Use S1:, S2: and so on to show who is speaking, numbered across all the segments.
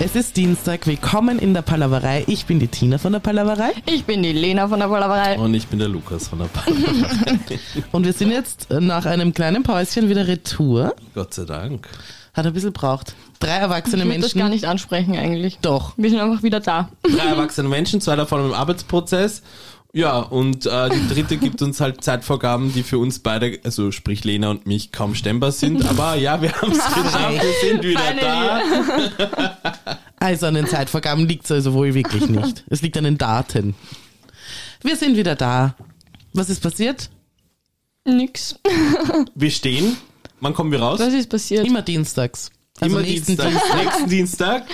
S1: Es ist Dienstag, willkommen in der Palaverei. Ich bin die Tina von der Palaverei
S2: Ich bin die Lena von der Palaverei.
S3: Und ich bin der Lukas von der Bahn.
S1: und wir sind jetzt nach einem kleinen Päuschen wieder retour.
S3: Gott sei Dank.
S1: Hat ein bisschen braucht. Drei erwachsene
S2: Ich will das
S1: Menschen.
S2: gar nicht ansprechen eigentlich.
S1: Doch.
S2: Wir sind einfach wieder da.
S3: Drei erwachsene Menschen, zwei davon im Arbeitsprozess. Ja, und äh, die dritte gibt uns halt Zeitvorgaben, die für uns beide, also sprich Lena und mich, kaum stemmbar sind. Aber ja, wir haben es geschafft, wir sind wieder da.
S1: Also an den Zeitvorgaben liegt es also wohl wirklich nicht. Es liegt an den Daten. Wir sind wieder da. Was ist passiert?
S2: Nix.
S3: Wir stehen. Wann kommen wir raus?
S2: Was ist passiert?
S1: Immer dienstags. Also
S3: Immer
S1: nächsten
S3: Dienstag. Nächsten Dienstag.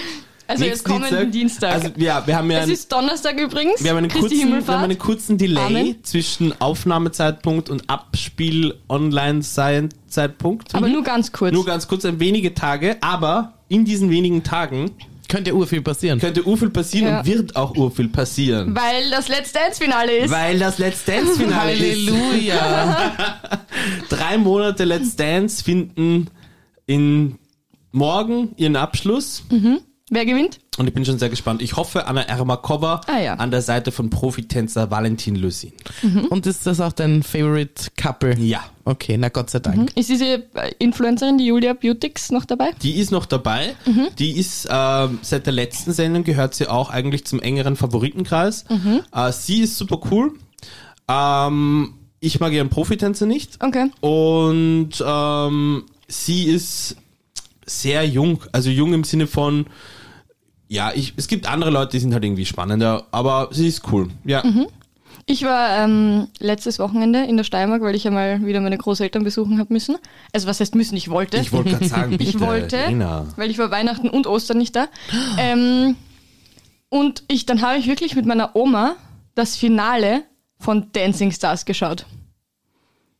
S2: also jetzt
S3: Nächsten
S2: kommenden Dienstag.
S3: Also, ja, wir haben ja
S2: es
S3: ein-
S2: ist Donnerstag übrigens.
S3: Wir haben, einen
S2: Christi
S3: kurzen, wir
S2: Himmelfahrt.
S3: haben einen kurzen Delay
S2: Amen.
S3: zwischen Aufnahmezeitpunkt und Abspiel-Online-Zeitpunkt.
S2: aber nur ganz kurz.
S3: Nur ganz kurz, ein wenige Tage, aber in diesen wenigen Tagen
S1: Könnte ur viel passieren.
S3: könnte urviel passieren
S2: Ja.
S3: und wird auch urviel passieren.
S2: weil das Let's Dance Finale ist.
S3: Weil das Let's Dance Finale ist.
S1: Halleluja.
S3: Drei Monate Let's Dance finden in morgen ihren Abschluss.
S2: Wer gewinnt?
S3: Und ich bin schon sehr gespannt. Ich hoffe, Anna Ermakova
S2: Ah, ja.
S3: an der Seite von Profitänzer Valentin Lösin.
S1: Und ist das auch dein Favorite Couple?
S3: Ja.
S1: Okay, na Gott sei Dank.
S2: Ist diese äh, Influencerin, die Julia Beautix, noch dabei?
S3: Die ist noch dabei.
S2: Mhm.
S3: Die ist ähm, seit der letzten Sendung gehört sie auch eigentlich zum engeren Favoritenkreis.
S2: Mhm.
S3: Äh, sie ist super cool. Ähm, ich mag ihren Profitänzer nicht.
S2: Okay.
S3: Und ähm, sie ist sehr jung, also jung im Sinne von, ja, ich, es gibt andere Leute, die sind halt irgendwie spannender, aber sie ist cool. Ja,
S2: Mhm. Ich war ähm, letztes Wochenende in der Steiermark, weil ich ja mal wieder meine Großeltern besuchen habe müssen. Also was heißt müssen? Ich wollte.
S3: ich wollte gerade sagen, bitte,
S2: Ich wollte,
S3: Lena.
S2: weil ich war Weihnachten und Ostern nicht da. Ähm, und ich, dann habe ich wirklich mit meiner Oma das Finale von Dancing Stars geschaut.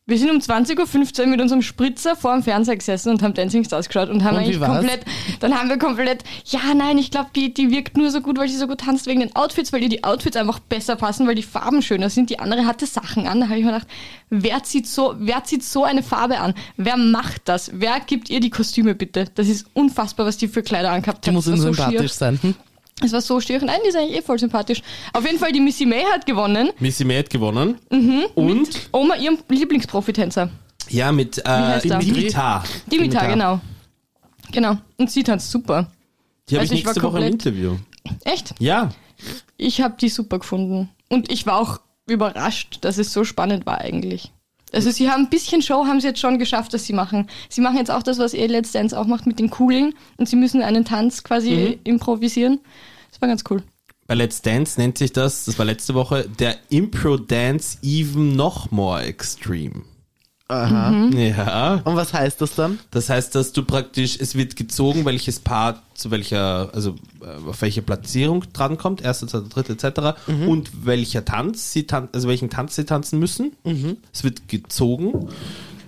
S2: Wir sind um 20.15 Uhr mit unserem Spritzer vor dem Fernseher gesessen und haben Dancing Stars geschaut und haben
S1: Und wie
S2: eigentlich
S1: war's?
S2: komplett, dann haben wir komplett, ja, nein, ich glaube, die, die wirkt nur so gut, weil sie so gut tanzt wegen den Outfits, weil ihr die Outfits einfach besser passen, weil die Farben schöner sind. Die andere hatte Sachen an. Da habe ich mir gedacht, wer zieht, so, wer zieht so eine Farbe an? Wer macht das? Wer gibt ihr die Kostüme bitte? Das ist unfassbar, was die für Kleider angehabt
S1: Die
S2: hat.
S1: muss
S2: Das
S1: uns
S2: war so schier.
S1: sympathisch sein. Hm?
S2: Es war so schier. Nein, die ist eigentlich eh voll sympathisch. Auf jeden Fall, die Missy May hat gewonnen.
S3: Missy May hat gewonnen.
S2: Mhm.
S3: Und
S2: Oma, ihrem Lieblingsprofitänzer.
S3: ja, mit äh,
S2: heißt er?
S3: Dimitar.
S2: Dimitar, genau. Genau. Und sie tanzt super.
S3: Die habe
S2: Also
S3: ich
S2: ich war
S3: nächste Woche im
S2: komplett-
S3: Interview.
S2: Echt?
S3: Ja,
S2: Ich habe die super gefunden. Und ich war auch überrascht, dass es so spannend war eigentlich. Also sie haben ein bisschen Show, haben sie jetzt schon geschafft, dass sie machen. Sie machen jetzt auch das, was ihr Let's Dance auch macht mit den Kugeln. Und sie müssen einen Tanz quasi improvisieren. Das war ganz cool.
S3: bei Let's Dance nennt sich das, das war letzte Woche, der Impro Dance Even Noch More Extreme.
S1: Aha.
S3: Ja,
S1: Und was heißt das dann?
S3: das heißt, dass du praktisch, es wird gezogen, welches Paar zu welcher, also äh, auf welche Platzierung drankommt, erste, zweite, dritte etc. Und welcher Tanz sie tanzen, also welchen Tanz sie tanzen müssen. Es wird gezogen.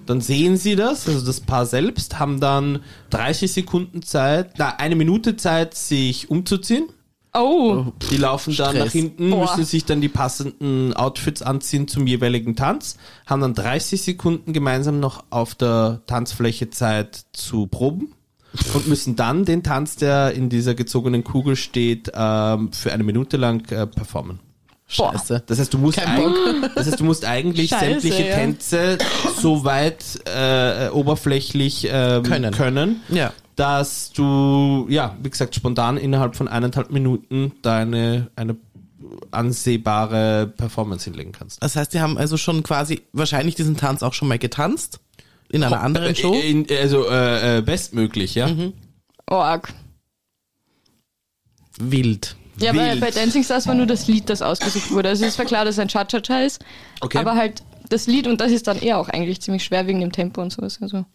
S3: Dann sehen sie das, also das Paar selbst, haben dann 30 Sekunden Zeit, na, eine Minute Zeit, sich umzuziehen.
S2: Oh,
S3: Die laufen dann
S1: Stress.
S3: nach hinten,
S2: Boah.
S3: müssen sich dann die passenden Outfits anziehen zum jeweiligen Tanz, haben dann 30 Sekunden gemeinsam noch auf der Tanzfläche Zeit zu proben und müssen dann den Tanz, der in dieser gezogenen Kugel steht, ähm, für eine Minute lang äh, performen.
S2: Boah.
S1: Scheiße.
S3: Das heißt, du musst,
S1: Kein
S3: eig- das heißt, du musst eigentlich
S2: Scheiße,
S3: sämtliche
S2: ja.
S3: Tänze so weit äh, äh, oberflächlich ähm,
S1: Können.
S3: können.
S1: Ja.
S3: dass du, ja, wie gesagt, spontan innerhalb von eineinhalb Minuten deine eine ansehbare Performance hinlegen kannst.
S1: Das heißt, die haben also schon quasi wahrscheinlich diesen Tanz auch schon mal getanzt. In einer anderen Show.
S3: In, also äh, äh, bestmöglich, ja.
S2: Mhm. org.
S1: Wild.
S2: Ja, bei,
S3: Wild.
S2: bei Dancing Stars war nur das Lied, das ausgesucht wurde. Also es war klar, dass es ein Cha-Cha-Cha ist.
S3: Okay.
S2: Aber halt das Lied und das ist dann eher auch eigentlich ziemlich schwer wegen dem Tempo und sowas. Also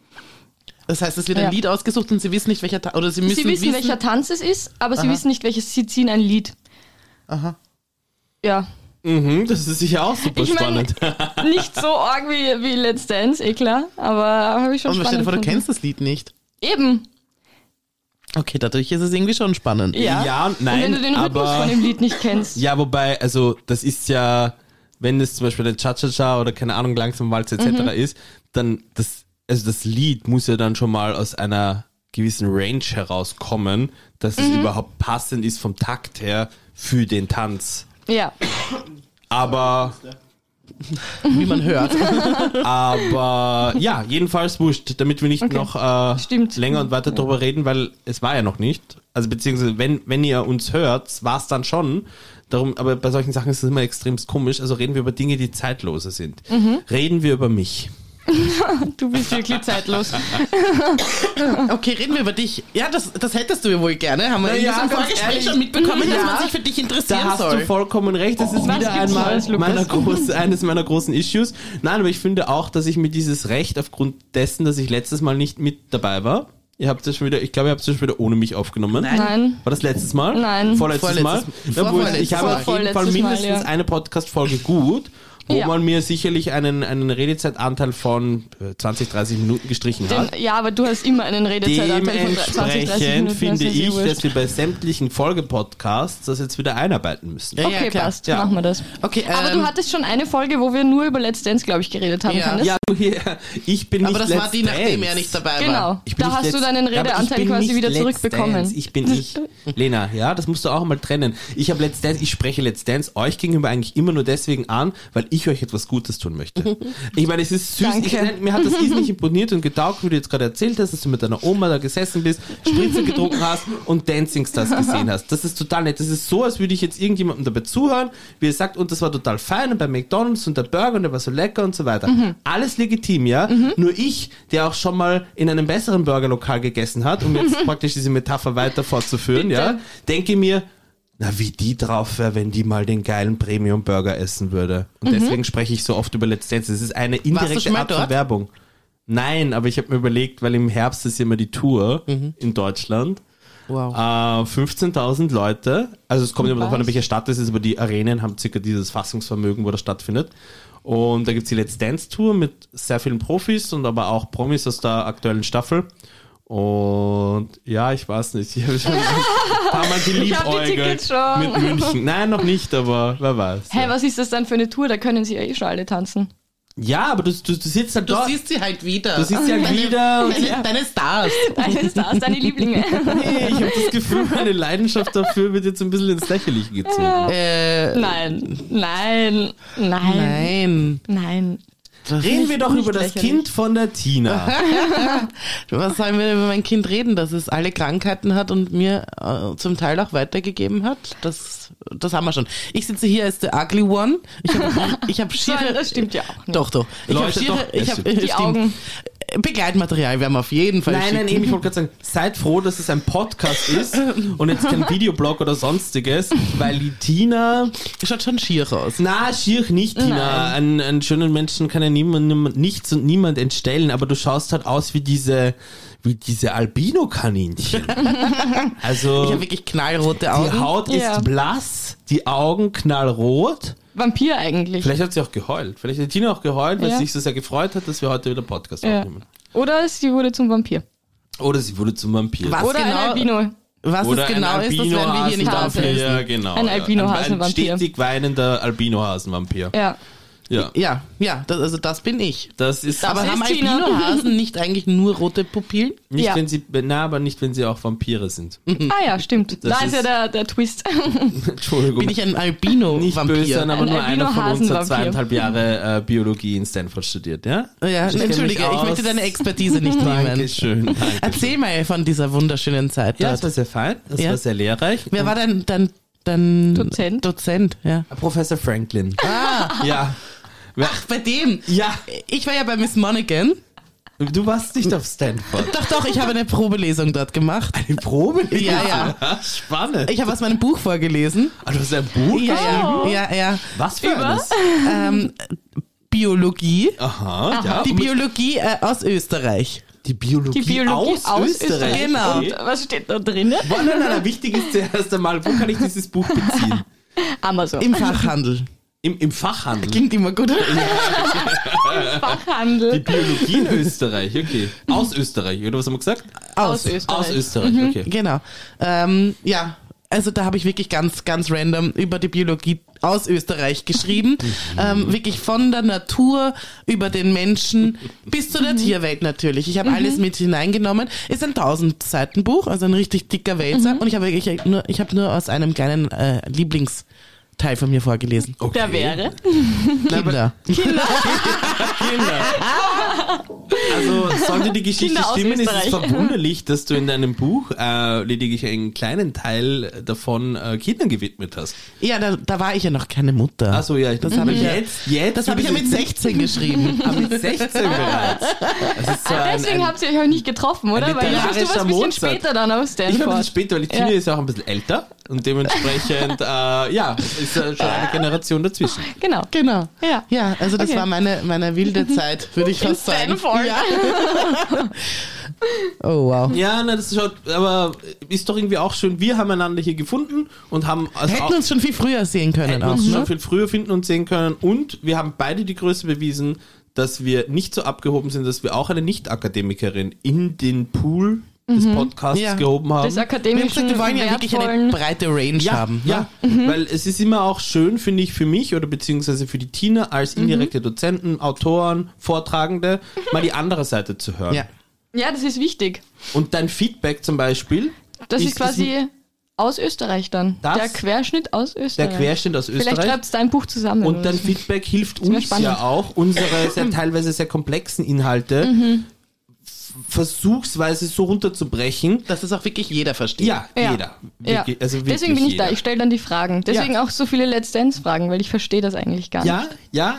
S1: Das heißt, es wird ein
S2: Ja.
S1: Lied ausgesucht und sie wissen nicht, welcher Tanz. Oder sie müssen
S2: sie wissen, welcher Tanz es ist, aber sie wissen nicht, welches. Sie ziehen ein Lied.
S1: Aha.
S2: Ja.
S3: Mhm, das ist sicher auch super
S2: Ich meine,
S3: spannend.
S2: nicht so arg wie, wie Let's Dance, eh klar. Aber habe ich schon
S1: Und Oh, stell dir
S2: spannend
S1: vor, du
S2: gefunden.
S1: kennst das Lied nicht.
S2: Eben,
S1: Okay, dadurch ist es irgendwie schon spannend.
S2: ja.
S3: Ja und nein,
S2: und wenn du den Rhythmus
S3: aber-
S2: von dem Lied nicht kennst.
S3: Ja, wobei, also das ist ja, wenn es zum Beispiel der Cha-Cha-Cha oder keine Ahnung, langsam Walz etc. ist, dann das, also das Lied muss ja dann schon mal aus einer gewissen Range herauskommen, dass es überhaupt passend ist vom Takt her für den Tanz.
S2: Ja.
S3: Aber,
S1: wie man hört.
S3: aber ja, jedenfalls wurscht, damit wir nicht
S2: Okay.
S3: noch äh,
S2: Stimmt.
S3: länger und weiter drüber reden, weil es war ja noch nicht. Also beziehungsweise, wenn, wenn ihr uns hört, war es dann schon. Darum, aber bei solchen Sachen ist es immer extremst komisch. Also reden wir über Dinge, die zeitlose sind.
S2: Mhm.
S3: Reden wir über mich.
S2: Du bist wirklich zeitlos.
S1: Okay, reden wir über dich. Ja, das, das hättest du ja wohl gerne. Haben wir
S3: Na
S1: in
S3: ja,
S1: diesem
S3: ganz
S1: Vorgespräch
S3: ehrlich.
S1: schon mitbekommen, dass
S3: Ja,
S1: man sich für dich interessieren
S3: Da hast
S1: soll.
S3: du vollkommen recht. Das ist
S2: Oh, Was
S3: wieder
S2: gibt's
S3: einmal
S2: Neues, Lukas?
S3: meiner groß, eines meiner großen Issues. Nein, aber ich finde auch, dass ich mir dieses Recht aufgrund dessen, dass ich letztes Mal nicht mit dabei war, ihr habt das schon wieder, ich glaube, ihr habt das schon wieder ohne mich aufgenommen.
S2: Nein.
S3: War das letztes Mal?
S2: Nein.
S3: Vorletztes,
S1: Vorletztes-
S3: Mal? Ja, wo ich,
S1: vorvorletztes
S3: ich habe
S1: Mal.
S3: auf jeden Fall
S2: Vorletztes Mal,
S3: mindestens
S2: ja.
S3: eine Podcast-Folge gut, wo
S2: Ja.
S3: man mir sicherlich einen, einen Redezeitanteil von äh, 20, 30 Minuten gestrichen hat.
S2: Denn, ja, aber du hast immer einen Redezeitanteil von 20, 30 Minuten.
S3: Dementsprechend finde
S2: das ist eh
S3: ich,
S2: wurscht.
S3: dass wir bei sämtlichen Folgepodcasts das jetzt wieder einarbeiten müssen.
S1: Ja,
S2: Okay,
S1: klar.
S2: passt.
S3: Ja.
S2: Machen wir das.
S1: Okay,
S2: Aber
S1: ähm,
S2: du hattest schon eine Folge, wo wir nur über Let's Dance, glaube ich, geredet haben.
S1: Ja.
S2: Kann das?
S3: Ja, du hier, ich bin nicht
S1: aber das war
S3: Let's
S1: die, nachdem er
S3: Dance.
S1: nicht dabei
S2: Genau.
S1: war.
S3: Ich bin
S2: Da
S3: nicht
S2: hast du
S3: Let's-
S2: deinen
S3: Ja, aber ich
S2: Redeanteil
S3: bin
S2: quasi
S3: nicht
S2: wieder
S3: Let's
S2: zurückbekommen.
S3: Dance. Ich bin ich. Lena, ja, das musst du auch mal trennen. Ich habe Let's Dance, ich spreche Let's Dance euch gegenüber eigentlich immer nur deswegen an, weil ich euch etwas Gutes tun möchte. Ich meine, es ist süß.
S2: Danke.
S3: Ich, nein, mir hat das nicht imponiert und getaugt, wie du jetzt gerade erzählt hast, dass du mit deiner Oma da gesessen bist, Spritze getrunken hast und Dancing Stars gesehen hast. Das ist total nett. Das ist so, als würde ich jetzt irgendjemandem dabei zuhören, wie er sagt, und das war total fein und bei McDonalds und der Burger und der war so lecker und so weiter. Alles legitim, ja? Nur ich, der auch schon mal in einem besseren Burgerlokal gegessen hat, um jetzt praktisch diese Metapher weiter fortzuführen,
S2: Bitte.
S3: ja, denke mir, na, wie die drauf wäre, wenn die mal den geilen Premium-Burger essen würde. Und deswegen spreche ich so oft über Let's Dance. Es ist eine indirekte
S1: Mhm. schon mal
S3: Art von
S1: dort?
S3: Werbung. Nein, aber ich habe mir überlegt, weil im Herbst ist ja immer die Tour
S1: Mhm.
S3: in Deutschland. Äh,
S1: Wow.
S3: 15.000 Leute, also es kommt immer darauf an,
S2: Was?
S3: welche Stadt es ist, aber die Arenen haben circa dieses Fassungsvermögen, wo das stattfindet. Und da gibt es die Let's Dance Tour mit sehr vielen Profis und aber auch Promis aus der aktuellen Staffel. Und ja, ich weiß nicht, ich habe schon ein paar Mal
S2: Ich hab die
S3: geliebäugelt
S2: Tickets schon.
S3: mit München. Nein, noch nicht, aber wer weiß.
S2: Hä, was ist das dann für eine Tour? Da können sie ja eh schon alle tanzen.
S3: Ja, aber du, du, du sitzt halt
S1: Du
S3: dort.
S1: siehst sie halt wieder.
S3: Du siehst sie halt
S1: deine,
S3: wieder und-
S1: Deine, deine Stars.
S2: Deine Stars, deine Lieblinge.
S3: Hey, ich habe das Gefühl, meine Leidenschaft dafür wird jetzt ein bisschen ins Lächerliche gezogen.
S1: Äh,
S2: Nein, nein, nein,
S1: nein.
S2: nein.
S3: Reden wir doch
S2: Nicht
S3: über das
S2: lächerlich.
S3: Kind von der Tina.
S1: Was sollen wir denn über mein Kind reden, dass es alle Krankheiten hat und mir äh, zum Teil auch weitergegeben hat? Das, das haben wir schon. Ich sitze hier als der Ugly One. Ich habe ich hab schiere...
S2: Nein, das stimmt ja auch nicht.
S1: Doch, doch. Ich habe
S3: Leute,
S1: schiere...
S3: doch,
S1: Ich
S3: es
S1: hab,
S3: stimmt.
S2: Die Augen.
S1: Begleitmaterial werden wir auf jeden Fall
S3: Nein,
S1: schicken.
S3: nein, eben, ich wollte gerade sagen, seid froh, dass es ein Podcast ist und jetzt kein Videoblog oder sonstiges, weil die Tina,
S1: Schaut schon schier aus.
S3: na, schier nicht, Tina, einen, einen schönen Menschen kann ja niemand, niemand, nichts und niemand entstellen, aber du schaust halt aus wie diese, wie diese Albino-Kaninchen.
S1: Ich
S3: Also,
S1: habe wirklich knallrote
S3: die
S1: Augen.
S3: Haut ist
S2: Ja.
S3: blass, die Augen knallrot.
S2: Vampir eigentlich.
S3: Vielleicht hat sie auch geheult. Vielleicht hat die Tina auch geheult, weil
S2: Ja.
S3: sie sich so sehr gefreut hat, dass wir heute wieder Podcast
S2: Ja.
S3: aufnehmen.
S2: Oder sie wurde zum Vampir.
S3: Oder sie wurde zum Vampir.
S1: Was
S2: Oder
S1: genau-
S2: ein Albino.
S1: Was
S3: Oder
S1: es genau ist, das werden wir hier nicht
S2: Albino-Hasenvampir.
S1: auflösen.
S3: Ja, genau.
S2: Ein
S3: ja.
S2: Albino-Hasenvampir.
S3: Ein stetig weinender Albino-Hasenvampir.
S2: Ja.
S3: Ja.
S1: Ja, ja, das, also das bin ich.
S3: Das ist
S2: Das
S1: Aber
S2: ist
S1: haben
S2: Tina.
S1: Albinohasen nicht eigentlich nur rote Pupillen?
S3: nicht,
S2: ja.
S3: wenn sie, na, aber nicht, wenn sie auch Vampire sind.
S2: Ah ja, stimmt. da
S3: Das
S2: ist
S3: ist-
S2: ja der, der Twist.
S3: Entschuldigung.
S1: Bin ich ein
S3: nicht böse,
S1: Albino-Vampir?
S3: sein, aber
S2: Ein
S3: nur einer von uns hat
S2: Albino-Hasenvampir.
S3: zweieinhalb Jahre äh, Biologie in Stanford studiert, ja?
S1: Ja,
S3: Ich kenn
S1: entschuldige,
S3: mich
S1: ich
S3: aus.
S1: möchte deine Expertise nicht nehmen.
S3: Dankeschön. Danke.
S1: Erzähl mal von dieser wunderschönen Zeit
S3: Ja,
S1: dort.
S3: das war sehr fein, das
S1: Ja.
S3: war sehr lehrreich.
S1: Wer war dein, dein, dein
S2: Dozent?
S1: Dozent, ja.
S3: Äh, Professor Franklin.
S1: Ah,
S3: Ja. Wer-
S1: ach, bei dem.
S3: Ja,
S1: Ich war ja bei Miss Monaghan.
S3: du warst nicht auf Stanford.
S1: Doch, doch, ich habe eine Probelesung dort gemacht.
S3: Eine Probe?
S1: Ja, ja.
S3: Spannend.
S1: Ich habe aus meinem Buch vorgelesen.
S3: Ah, du hast ein Buch?
S1: Ja, ja, ja, ja.
S3: Was für eines?
S1: Ähm, Biologie.
S3: Aha, ja.
S1: Die
S3: Und
S1: Biologie äh, aus Österreich.
S3: Die Biologie,
S2: Die Biologie aus, Österreich.
S1: Genau.
S2: Und was steht da drin?
S3: Boah, nein, nein, nein, wichtig ist zuerst einmal, wo kann ich dieses Buch beziehen?
S2: Amazon.
S1: Im Fachhandel.
S3: Im, im Fachhandel.
S1: Klingt immer gut.
S3: Die
S2: Fachhandel.
S3: Biologie in Österreich, okay. Aus Österreich, oder was haben wir gesagt?
S2: Aus
S1: Aus.
S2: Österreich.
S3: Aus Österreich, okay.
S1: Genau. Ähm, ja, also da habe ich wirklich ganz, ganz random über die Biologie aus Österreich geschrieben.
S3: Mhm.
S1: ähm, wirklich von der Natur über den Menschen bis zu der
S3: Mhm.
S1: Tierwelt natürlich. Ich habe alles mit hineingenommen. Ist ein 1000 Seiten Buch, also ein richtig dicker Wälzer.
S3: Mhm.
S1: Und ich habe wirklich nur, ich habe nur aus einem kleinen äh, Lieblingsteil von mir vorgelesen.
S3: Okay.
S2: Der wäre.
S1: Kinder.
S3: Kinder. Also sollte die Geschichte
S2: Kinder aus
S3: stimmen, ist es
S2: Österreich.
S3: verwunderlich, dass du in deinem Buch äh, lediglich einen kleinen Teil davon äh, Kindern gewidmet hast.
S1: Ja, da, da war ich ja noch keine Mutter.
S3: Achso, ja, ich das
S1: hab ich ja-
S3: jetzt, Also jetzt.
S1: das habe ich ja mit 16 geschrieben.
S3: Ah, mit 16 bereits. Das ist so
S2: Ah,
S3: ein-
S2: deswegen
S3: ein-
S2: habt ihr euch auch nicht getroffen, oder?
S3: ein
S2: Weil ich wusste, du warst
S3: literarischer
S2: ein bisschen
S3: Mozart.
S2: später dann auf
S3: Ich war ein
S2: Stanford.
S3: bisschen später, weil die Tine
S2: Ja.
S3: ist auch ein bisschen älter und dementsprechend, äh, ja, ist äh, schon eine Generation dazwischen.
S2: Genau.
S1: Genau.
S2: Ja.
S1: ja also das
S2: Okay.
S1: war meine, meine wilde Zeit, würde ich
S2: In
S1: fast sagen.
S2: Stanford.
S1: Ja. Oh wow.
S3: Ja, na, das ist schon, aber ist doch irgendwie auch schön. Wir haben einander hier gefunden und haben also auch,
S1: Hätten uns schon viel früher sehen können
S3: hätten
S1: auch.
S3: uns
S1: Ne?
S3: schon viel früher finden und sehen können und wir haben beide die Größe bewiesen, dass wir nicht so abgehoben sind, dass wir auch eine Nicht-Akademikerin in den Pool des Podcasts
S1: Ja.
S3: gehoben haben.
S2: Das
S1: Wir haben
S2: akademische
S1: gesagt, wir wollen ja wirklich eine breite Range
S3: ja,
S1: haben. Ne?
S3: ja.
S2: Mhm.
S3: weil es ist immer auch schön, finde ich, für mich oder beziehungsweise für die Tina als
S2: Mhm.
S3: indirekte Dozenten, Autoren, Vortragende, mal die andere Seite zu hören.
S1: Ja.
S2: Ja, das ist wichtig.
S3: Und dein Feedback zum Beispiel,
S2: Das ist,
S3: Ist-
S2: quasi aus Österreich dann.
S3: Das-
S2: der Querschnitt aus
S3: der
S2: Österreich.
S3: Querschnitt aus
S2: äh, Vielleicht
S3: Österreich.
S2: schreibst du dein Buch zusammen.
S3: Und
S2: oder
S3: dein
S2: so.
S3: Feedback hilft
S2: wär
S3: uns
S2: spannend.
S3: ja auch, unsere sehr, teilweise sehr komplexen Inhalte
S2: Mhm.
S3: f- versuchsweise so runterzubrechen.
S1: Dass es auch wirklich jeder versteht.
S3: Ja,
S2: Ja.
S3: jeder.
S2: ja.
S3: Wirklich, also wirklich
S2: Deswegen bin ich
S3: jeder.
S2: da. Ich stelle dann die Fragen. Deswegen auch so viele Let's Dance-Fragen, weil ich verstehe das eigentlich gar
S3: Ja, ja,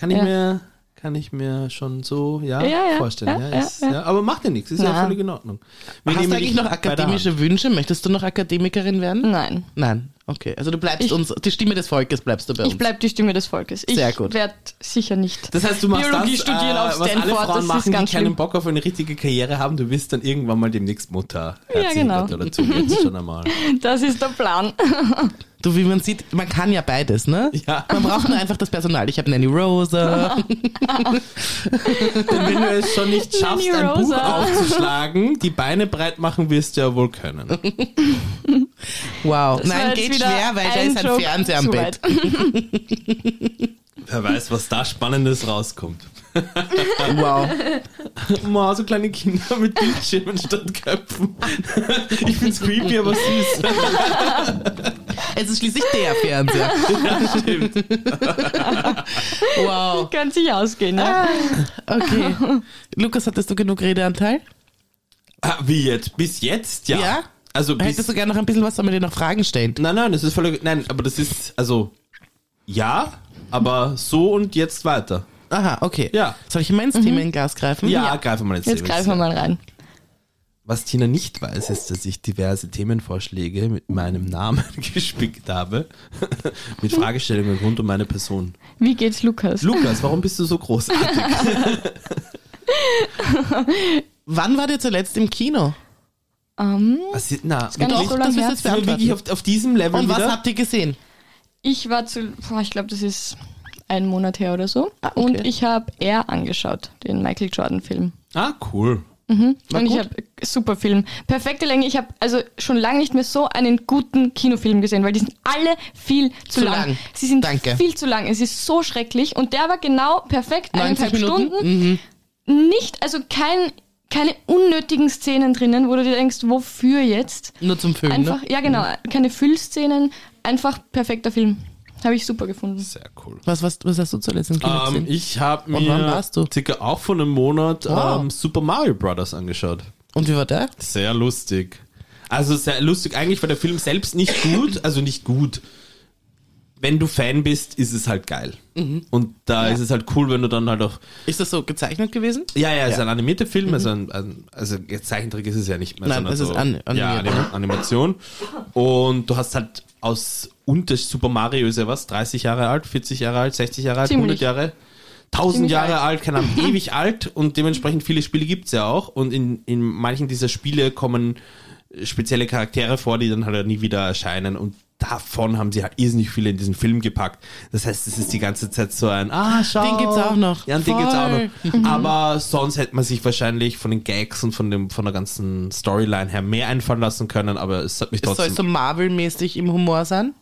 S3: kann ich
S2: Ja.
S3: mir kann ich mir schon so ja,
S2: Ja, ja,
S3: vorstellen. Ja,
S2: ja,
S3: ist,
S2: ja,
S3: ja,
S2: ja.
S3: Aber macht ja nichts, ist ja
S2: Na.
S3: völlig in Ordnung. Wir
S1: Hast
S3: nehmen
S1: du eigentlich
S3: dich
S1: noch
S3: bei der Hand.
S1: akademische Wünsche? Möchtest du noch Akademikerin werden?
S2: nicht. Nein.
S1: Nein. Okay. Also du bleibst
S2: Hm. Ich-
S1: uns, die Stimme des Volkes bleibst du bei uns.
S2: Ich bleib die Stimme des Volkes. Ich
S1: Sehr gut.
S2: werde sicher nicht.
S3: Das heißt, du machst
S2: Biologie
S3: das,
S2: studieren
S3: äh,
S2: auf
S3: was alle
S2: Stanford,
S3: Frauen
S2: das ist
S3: machen, die keinen
S2: ganz schlimm.
S3: Bock auf eine richtige Karriere haben. Du wirst dann irgendwann mal demnächst Mutter. Herzlichen
S2: genau.
S3: Gratulation jetzt schon einmal.
S2: Das ist der Plan.
S1: Du, wie man sieht, man kann ja beides, ne?
S3: Ja.
S1: Man braucht nur einfach das Personal. Ich habe Nanny Rosa.
S3: Denn wenn du es schon nicht schaffst,
S2: Nanny
S3: ein Buch
S2: Rosa.
S3: aufzuschlagen, die Beine breit machen wirst du ja wohl können.
S1: Wow.
S2: Das war
S1: Nein,
S2: jetzt
S1: geht
S2: wieder
S1: schwer, weil da ist ein
S2: Joke
S1: Fernseher am
S2: zu
S1: Bett.
S2: weit.
S3: Wer weiß, was da Spannendes rauskommt.
S1: Wow.
S3: Mal so kleine Kinder mit Bildschirmen statt Köpfen. Ich find's creepy, aber süß.
S1: Es ist schließlich der Fernseher.
S3: Ja, stimmt.
S1: Wow.
S2: Kann sich ausgehen,
S1: Ah,
S2: ne?
S1: Okay. Lukas, hattest du genug Redeanteil?
S3: Ah, wie jetzt? Bis jetzt, ja.
S1: Ja?
S3: Also bis,
S1: Hättest du gerne noch ein bisschen was, damit wir noch Fragen stellen?
S3: Nein, nein, das ist völlig. Nein, aber das ist. Also. Ja, aber so und jetzt weiter.
S1: Aha, okay.
S3: Ja. Mhm.
S1: Soll ich in mein Themenglas greifen?
S3: Ja, greifen wir mal ins
S2: Jetzt
S3: Thema.
S2: greifen wir mal rein.
S3: Was Tina nicht weiß, ist, dass ich diverse Themenvorschläge mit meinem Namen gespickt habe. mit Fragestellungen rund um meine Person.
S2: Wie geht's Lukas?
S3: Lukas, warum bist du so großartig?
S1: Wann war ihr zuletzt im Kino?
S2: Ähm,
S3: Was ist, na,
S2: kann
S3: wirklich?
S2: auch so lange
S1: das ist
S2: her.
S1: jetzt
S3: Sind wir wirklich
S1: beantworten.
S3: auf, auf diesem Level
S1: Und was
S3: wieder?
S1: habt ihr gesehen?
S2: ich war zu, boah, ich glaube, das ist einen Monat her oder so.
S1: Ah, okay.
S2: Und ich habe Air angeschaut, den Michael Jordan-Film.
S3: ah, cool. War
S2: Und ich
S3: gut.
S2: habe super Film. Perfekte Länge. Ich habe also schon lange nicht mehr so einen guten Kinofilm gesehen, weil die sind alle viel zu,
S1: Zu
S2: lang.
S1: lang.
S2: Sie sind
S1: Danke.
S2: viel zu lang. Es ist so schrecklich. Und der war genau perfekt,
S1: 90
S2: eineinhalb
S1: Minuten?
S2: Stunden. Nicht, also kein, keine unnötigen Szenen drinnen, wo du dir denkst, wofür jetzt?
S1: Nur zum Film,
S2: Einfach,
S1: ne?
S2: ja genau, keine Füllszenen, einfach perfekter Film. Habe ich super gefunden.
S3: Sehr cool.
S1: Was, was, was hast du zuletzt im Kino
S3: Ähm,
S1: gesehen?
S3: ich habe mir
S1: Und wann warst du?
S3: circa auch vor einem Monat
S1: Wow.
S3: ähm, Super Mario Brothers angeschaut.
S1: Und wie war der?
S3: Sehr lustig. Also sehr lustig. Eigentlich war der Film selbst nicht gut. Also nicht gut. Wenn du Fan bist, ist es halt geil.
S1: Mhm.
S3: Und da ist es halt cool, wenn du dann halt auch.
S1: Ist das so gezeichnet gewesen?
S3: Ja, ja, es ist ein animierter Film, also, ein, ein, also jetzt Zeichentrick ist es ja nicht
S1: Mhm.
S3: mehr.
S1: Nein,
S3: sondern
S1: es ist
S3: so,
S1: an-
S3: ja,
S1: animiert. ne?
S3: Anim Animation. Und du hast halt aus unter Super Mario ist ja was, 30 Jahre alt, 40 Jahre alt, 60 Jahre alt,
S2: Ziemlich.
S3: 100 Jahre, 1000
S2: Ziemlich
S3: Jahre
S2: alt.
S3: alt, keine Ahnung, ewig alt und dementsprechend viele Spiele gibt's ja auch. Und in, in manchen dieser Spiele kommen spezielle Charaktere vor, die dann halt nie wieder erscheinen. Und davon haben sie halt irrsinnig viele in diesen Film gepackt. Das heißt, es ist die ganze Zeit so ein, ah, schau.
S1: Den gibt's auch noch.
S3: Ja, und den
S1: Voll.
S3: gibt's auch noch. Aber sonst hätte man sich wahrscheinlich von den Gags und von, dem, von der ganzen Storyline her mehr einfallen lassen können, aber es hat mich
S1: Soll
S3: trotzdem...
S1: es so Marvel-mäßig im Humor sein?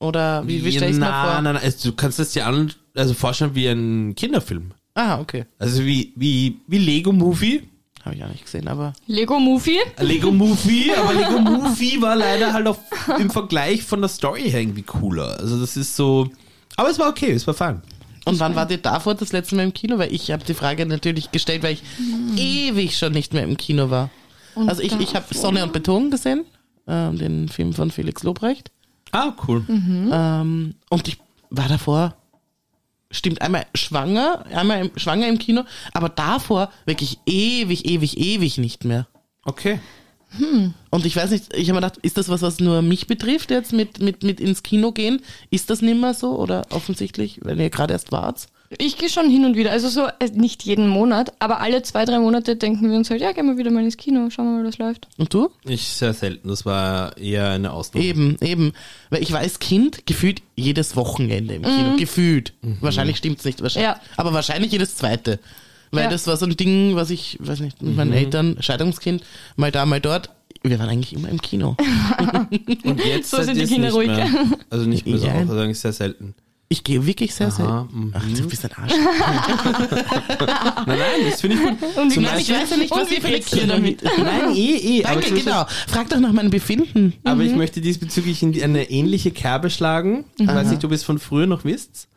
S1: Oder wie, wie stell ich mir
S3: nein,
S1: vor?
S3: nein, nein, also, du kannst es dir an, also vorstellen wie ein Kinderfilm.
S1: Ah, okay.
S3: Also wie, wie, wie Lego Movie.
S1: Habe ich auch nicht gesehen, aber.
S2: Lego Movie?
S3: Lego Movie, aber Lego Movie war leider halt auch im Vergleich von der Story her irgendwie cooler. Also das ist so. Aber es war okay, es war fein.
S1: Und wann wart ihr davor das letzte Mal im Kino? Weil ich habe die Frage natürlich gestellt, weil ich ewig schon nicht mehr im Kino war.
S2: Mhm. Und
S1: also ich, ich habe
S2: davor-
S1: Sonne und Beton gesehen, ähm, den Film von Felix Lobrecht.
S3: Ah, cool.
S1: Ähm, und ich war davor, stimmt, einmal schwanger, einmal im, schwanger im Kino, aber davor wirklich ewig, ewig, ewig nicht mehr.
S3: Okay.
S1: Und ich weiß nicht, ich habe mir gedacht, ist das was, was nur mich betrifft jetzt mit, mit, mit ins Kino gehen? Ist das nimmer so oder offensichtlich, wenn ihr gerade erst wart?
S2: Ich gehe schon hin und wieder. Also so, äh, nicht jeden Monat, aber alle zwei, drei Monate denken wir uns halt, ja, gehen wir wieder mal ins Kino, schauen wir mal, was läuft.
S1: Und du?
S3: Ich sehr selten, das war eher eine Ausnahme.
S1: Eben, eben. Weil ich war als Kind gefühlt jedes Wochenende im
S3: Mhm.
S1: Kino. Gefühlt. Wahrscheinlich stimmt's nicht. Wahrscheinlich,
S2: Ja.
S1: Aber wahrscheinlich jedes zweite. Weil
S2: Ja.
S1: das war so ein Ding, was ich, weiß nicht, mit
S3: Mhm.
S1: meinen Eltern, Scheidungskind, mal da, mal dort. Wir waren eigentlich immer im Kino.
S3: Und jetzt
S2: So
S3: seid
S2: sind die
S3: ihr's
S2: Kinder
S3: nicht
S2: ruhig.
S3: Mehr. Also nicht mehr so,
S1: Ja.
S3: also eigentlich sehr selten.
S1: Ich gehe wirklich sehr, sehr.
S3: Aha, mhm.
S1: Ach, du bist ein Arsch.
S3: Nein, nein, das finde ich gut.
S2: Und wie
S3: Zum
S1: Nein, ich
S3: Beispiel-
S1: weiß ja nicht,
S2: Und
S1: was
S2: wie
S1: ihr für eine
S2: geht's dir
S1: Kinder damit.
S3: Nein, eh, eh. aber
S1: Danke,
S3: zum Beispiel-
S1: genau. Frag doch nach meinem Befinden.
S3: Aber
S2: Mhm.
S3: ich möchte diesbezüglich in die- eine ähnliche Kerbe schlagen. Ich weiß nicht, ob ihr es von früher noch wisst.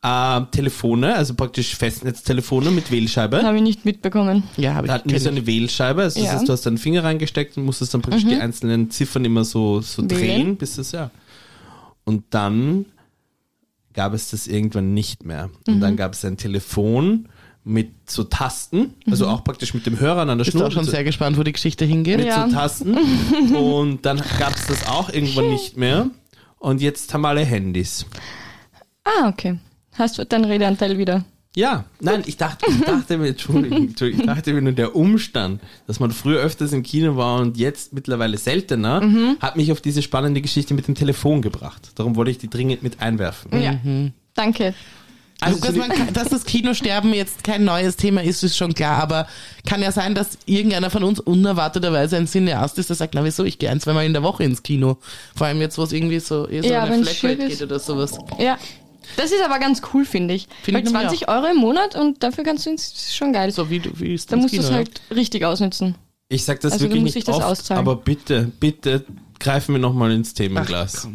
S3: Ähm, Telefone, also praktisch Festnetztelefone mit Wählscheibe.
S2: Habe ich nicht mitbekommen.
S1: Ja,
S3: Da
S1: habe ich
S3: hatten wir so
S1: gesehen.
S3: eine Wählscheibe, also das
S2: Ja. Mhm.
S3: heißt, du hast deinen Finger reingesteckt und musstest dann praktisch die einzelnen Ziffern immer so, so
S2: Wählen.
S3: drehen, bis das ja. Und dann gab es das irgendwann nicht mehr. Und
S2: Mhm.
S3: dann gab es ein Telefon mit so Tasten, also
S2: Mhm.
S3: auch praktisch mit dem Hörer an der
S1: Bist
S3: Schnur.
S1: auch schon
S3: so-
S1: sehr gespannt, wo die Geschichte hingeht.
S3: also mit
S2: Ja.
S3: so Tasten. Und dann gab es das auch irgendwann nicht mehr. Und jetzt haben alle Handys.
S2: Ah, okay. Hast du deinen Redeanteil wieder?
S3: Ja, nein, ich dachte, ich dachte mir, Entschuldigung, Entschuldigung, ich dachte mir nur der Umstand, dass man früher öfters im Kino war und jetzt mittlerweile seltener,
S2: Mhm.
S3: hat mich auf diese spannende Geschichte mit dem Telefon gebracht. Darum wollte ich die dringend mit einwerfen.
S2: Ja. Danke.
S1: Also,
S3: zu
S1: dass,
S3: dem-
S1: man, kann- dass das Kinosterben jetzt kein neues Thema ist, ist schon klar, aber kann ja sein, dass irgendeiner von uns unerwarteterweise ein Cineast ist, der sagt, na wieso, ich gehe ein, zweimal in der Woche ins Kino. Vor allem jetzt, wo es irgendwie so, eh so
S2: Ja,
S1: eine
S2: wenn's
S1: Flatrate
S2: schwierig
S1: geht
S2: ist.
S1: oder sowas.
S2: Ja. Das ist aber ganz cool, finde ich.
S1: Find
S2: Weil
S1: ich nämlich
S2: 20 Euro im Monat und dafür kannst du ins ist schon geil.
S1: So wie, du- wie ist
S2: da
S1: das
S2: musst du
S1: Kino? ne?
S2: es
S1: ja?
S2: halt richtig ausnützen.
S3: Ich sag das
S2: Also, du
S3: wirklich
S2: musst
S3: nicht
S2: dich das
S3: oft,
S2: auszahlen.
S3: aber bitte, bitte greifen wir nochmal ins Themenglas.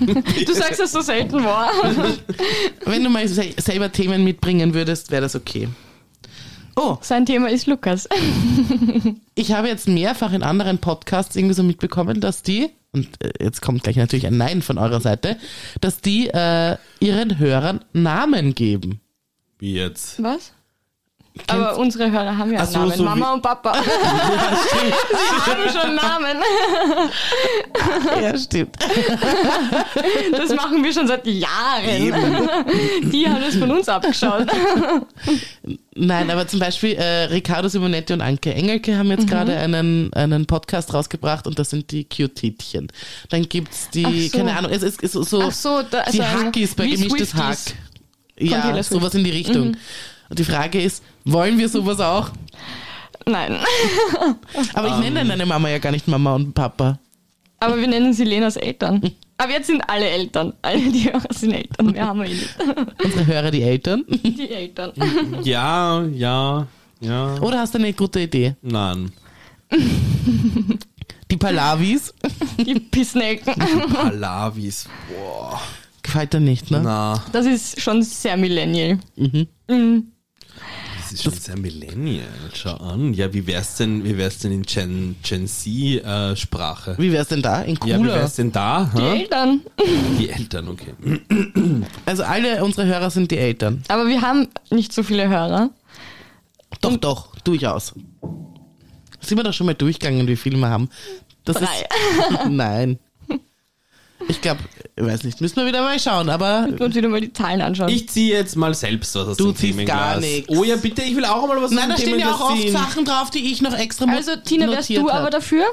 S2: Du sagst das so selten, war.
S1: Wenn du mal se selber Themen mitbringen würdest, wäre das okay. Oh,
S2: Sein Thema ist Lukas.
S1: ich habe jetzt mehrfach in anderen Podcasts irgendwie so mitbekommen, dass die, und äh, jetzt kommt gleich natürlich ein Nein von eurer Seite, dass die äh, ihren Hörern Namen geben.
S3: Wie jetzt?
S2: Was? Aber unsere Hörer haben ja
S3: Ach
S2: einen
S3: so,
S2: Namen.
S3: so
S2: Mama
S3: wie-
S2: und Papa. Sie haben schon einen Namen.
S1: Ja, stimmt.
S2: Das machen wir schon seit Jahren. Die haben das von uns abgeschaut.
S1: Nein, aber zum Beispiel äh, Riccardo Simonetti und Anke Engelke haben
S2: Mhm.
S1: jetzt gerade einen, einen Podcast rausgebracht und das sind die Cute-Titchen. Dann gibt's die,
S2: Ach so.
S1: keine Ahnung, es ist, ist so,
S2: Ach so, da-
S1: die
S2: also,
S1: Hackis bei
S2: wie
S1: gemischtes Hack.
S2: Swifties.
S1: Ja,
S2: Taylor Swift.
S1: sowas in die
S2: Mhm.
S1: Richtung. Und die Frage ist, wollen wir sowas auch?
S2: Nein.
S1: Aber ich nenne
S2: Ähm.
S1: deine Mama ja gar nicht Mama und Papa.
S2: Aber wir nennen sie Lenas Eltern. Aber jetzt sind alle Eltern. Alle die Hörer sind Eltern. Wir haben eh nicht.
S1: Unsere Hörer, die Eltern.
S2: Die Eltern.
S3: Ja, ja, ja.
S1: Oder hast du eine gute Idee?
S3: Nein.
S1: Die Palavis.
S2: Die Pissnecken.
S3: Palavis. Boah.
S1: Gefällt dir nicht, ne?
S3: Na,
S2: Das ist schon sehr millennial.
S3: Das ist schon sehr Millennial. Schau an. Ja, wie wär's denn, wie wär's denn in Gen, Gen Z-Sprache?
S1: Wie wär's denn da? In
S3: ja, wie
S1: cooler.
S3: wär's denn da?
S2: Die
S3: hä?
S2: Eltern.
S3: Die Eltern, okay.
S1: also alle unsere Hörer sind die Eltern.
S2: Aber wir haben nicht so viele Hörer.
S1: Doch,
S2: Hm.
S1: doch, durchaus. Sind wir doch schon mal durchgegangen, wie viele wir haben. Das
S2: Drei.
S1: ist. Nein. Ich glaube, ich weiß nicht, müssen wir wieder mal schauen, aber
S2: Müssen wir uns wieder mal die Zahlen anschauen.
S3: Ich ziehe jetzt mal selbst was aus
S1: Du
S3: dem
S1: ziehst
S3: Themenglas.
S1: gar nichts.
S3: Oh ja, bitte, ich will auch mal was
S1: nein, da
S3: aus dem
S1: stehen ja
S3: Themenglas
S1: auch oft
S3: ziehen.
S1: Sachen drauf, die ich noch extra
S2: also Tina, wärst
S1: notiert
S2: du aber
S1: hab.
S2: dafür?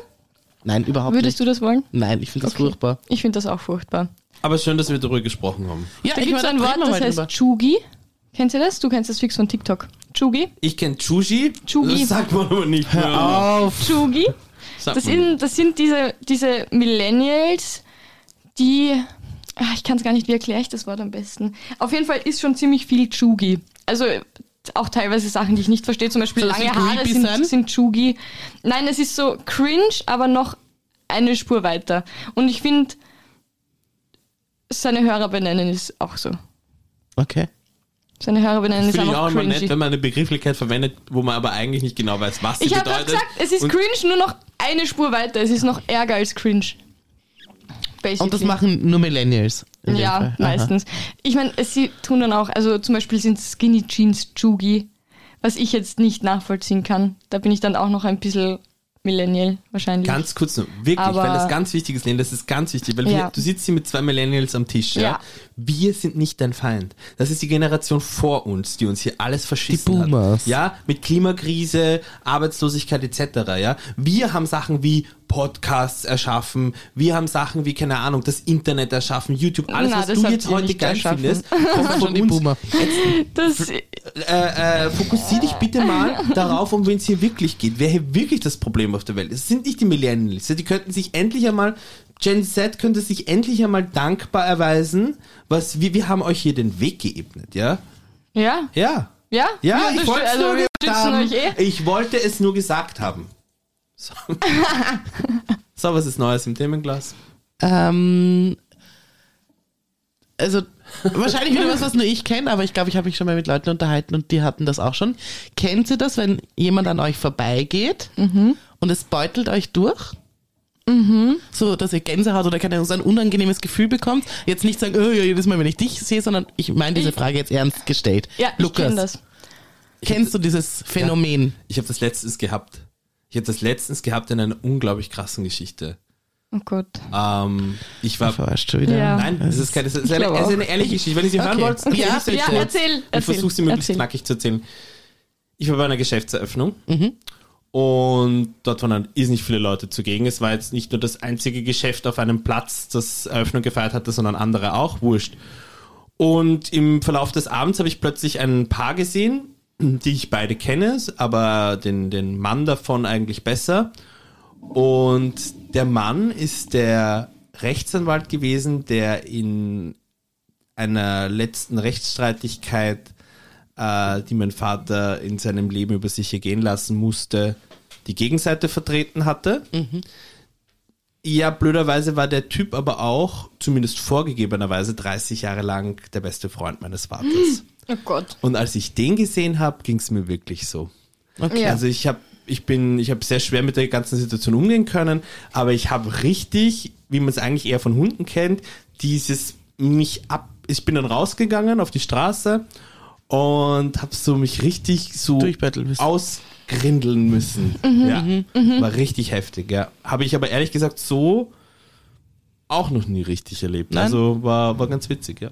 S1: Nein, überhaupt
S2: Würdest
S1: nicht.
S2: du das wollen?
S1: Nein, ich finde das
S2: Okay.
S1: furchtbar.
S2: Ich finde das auch furchtbar.
S3: Aber schön, dass wir darüber gesprochen haben.
S1: Ja,
S2: Da gibt es
S1: meine,
S2: ein
S1: da
S2: Wort,
S1: reden wir
S2: das
S1: mal
S2: heißt
S1: drüber.
S2: Chugi. Kennst du das? Du kennst das fix von TikTok. Chugi.
S3: Ich kenne Chuji.
S2: Chuji.
S3: Das sagt man aber nicht mehr.
S1: Auf.
S2: Chugi.
S3: Sagt
S2: Das
S3: man nicht.
S2: sind, das sind diese, diese Millennials, die. Ah, ich kann es gar nicht, wie erkläre ich das Wort am besten? Auf jeden Fall ist schon ziemlich viel Chugi. Also äh, auch teilweise Sachen, die ich nicht verstehe. Zum Beispiel
S1: Soll das
S2: lange
S1: nicht
S2: Haare
S1: creepy sein?
S2: sind, sind Chugi. Nein, es ist so cringe, aber noch eine Spur weiter. Und ich finde, seine Hörer benennen ist auch so.
S1: Okay.
S2: Seine Hörer benennen ist
S3: Finde ich
S2: einfach
S3: auch immer nett,
S2: cringy.
S3: wenn man eine Begrifflichkeit verwendet, wo man aber eigentlich nicht genau weiß, was sie
S2: Ich habe
S3: bedeutet.
S2: gerade gesagt, es ist
S3: Und
S2: cringe, nur noch eine Spur weiter. Es ist noch ärger als cringe. Basically.
S1: Und das machen nur Millennials. in dem
S2: Ja,
S1: Fall. Aha.
S2: meistens. Ich meine, sie tun dann auch, also zum Beispiel sind Skinny Jeans Chugi, was ich jetzt nicht nachvollziehen kann. Da bin ich dann auch noch ein bisschen Millennial wahrscheinlich.
S3: Ganz kurz nur, wirklich,
S2: Aber-
S3: weil das ganz wichtig ist, Lena, das ist ganz wichtig, weil wir,
S2: Ja.
S3: du sitzt hier mit zwei Millennials am Tisch. Ja.
S2: Ja.
S3: Wir sind nicht dein Feind. Das ist die Generation vor uns, die uns hier alles verschissen
S1: Die Boomers.
S3: hat. Ja, mit Klimakrise, Arbeitslosigkeit etc. Ja, wir haben Sachen wie Podcasts erschaffen, wir haben Sachen wie keine Ahnung, das Internet erschaffen, YouTube, alles
S2: Na,
S3: was
S2: das
S3: du
S2: habt
S3: jetzt
S2: ihr
S3: heute
S2: nicht
S3: geil
S2: erschaffen.
S3: findest, kommt
S1: Schon
S3: von
S1: die
S3: uns.
S1: Boomer.
S2: Das,
S3: Äh, äh, fokussier dich bitte mal darauf, um wen es hier wirklich geht. Wer hier wirklich das Problem auf der Welt ist. Es sind nicht die Millennials. Die könnten sich endlich einmal, Gen Z könnte sich endlich einmal dankbar erweisen, was wir, wir haben euch hier den Weg geebnet, ja?
S2: ja,
S3: Ja.
S2: ja,
S3: Ja,
S2: wir unterstü-
S3: ich wollte es
S2: also wir
S3: nur gesagt
S2: unterstützen
S3: haben.
S2: euch eh.
S3: Ich wollte es nur gesagt haben. So. so, was ist Neues im Themenglas?
S1: Ähm, also wahrscheinlich wieder was, was nur ich kenne, aber ich glaube, ich habe mich schon mal mit Leuten unterhalten und die hatten das auch schon. Kennt ihr das, wenn jemand an euch vorbeigeht und es beutelt euch durch? So, dass ihr Gänsehaut oder keine Ahnung, so ein unangenehmes Gefühl bekommt. Jetzt nicht sagen, oh ja, jedes Mal, wenn ich dich sehe, sondern ich meine diese
S2: Ich-
S1: Frage jetzt ernst gestellt.
S2: Ja, ich
S1: Lukas,
S2: kenne das.
S1: kennst du dieses Phänomen?
S3: Ich habe das letztens gehabt. Ich habe das letztens gehabt in einer unglaublich krassen Geschichte.
S2: Oh Gott.
S3: Ähm, ich war
S1: Verarscht schon wieder.
S2: Ja.
S3: Nein, es ist keine, es ist eine,
S2: glaube
S3: es ist
S2: auch.
S3: eine ehrliche Geschichte. Wenn ihr sie hören
S1: Okay.
S3: wollt,
S1: Okay.
S3: erzähl ich
S2: Ja,
S3: sie kurz.
S2: erzähl,
S3: Ich
S2: erzähl,
S3: versuche sie möglichst
S2: erzähl.
S3: knackig zu erzählen. Ich war bei einer Geschäftseröffnung
S2: Mhm.
S3: und dort waren dann irrsinnig viele Leute zugegen. Es war jetzt nicht nur das einzige Geschäft auf einem Platz, das Eröffnung gefeiert hatte, sondern andere auch. Wurscht. Und im Verlauf des Abends habe ich plötzlich ein Paar gesehen, die ich beide kenne, aber den, den Mann davon eigentlich besser. Und der Mann ist der Rechtsanwalt gewesen, der in einer letzten Rechtsstreitigkeit, äh, die mein Vater in seinem Leben über sich ergehen lassen musste, die Gegenseite vertreten hatte. Ja, blöderweise war der Typ aber auch, zumindest vorgegebenerweise, 30 Jahre lang der beste Freund meines Vaters.
S2: Oh Gott.
S3: Und als ich den gesehen habe, ging es mir wirklich so.
S1: Okay.
S2: Ja.
S3: Also ich habe ich bin ich habe sehr schwer mit der ganzen Situation umgehen können, aber ich habe richtig, wie man es eigentlich eher von Hunden kennt, dieses mich ab ich bin dann rausgegangen auf die Straße und habe so mich richtig so
S1: Durchbetteln müssen.
S3: ausgrindeln müssen. ja. War richtig heftig, ja. Habe ich aber ehrlich gesagt so auch noch nie richtig erlebt.
S1: Nein.
S3: Also war, war ganz witzig, ja.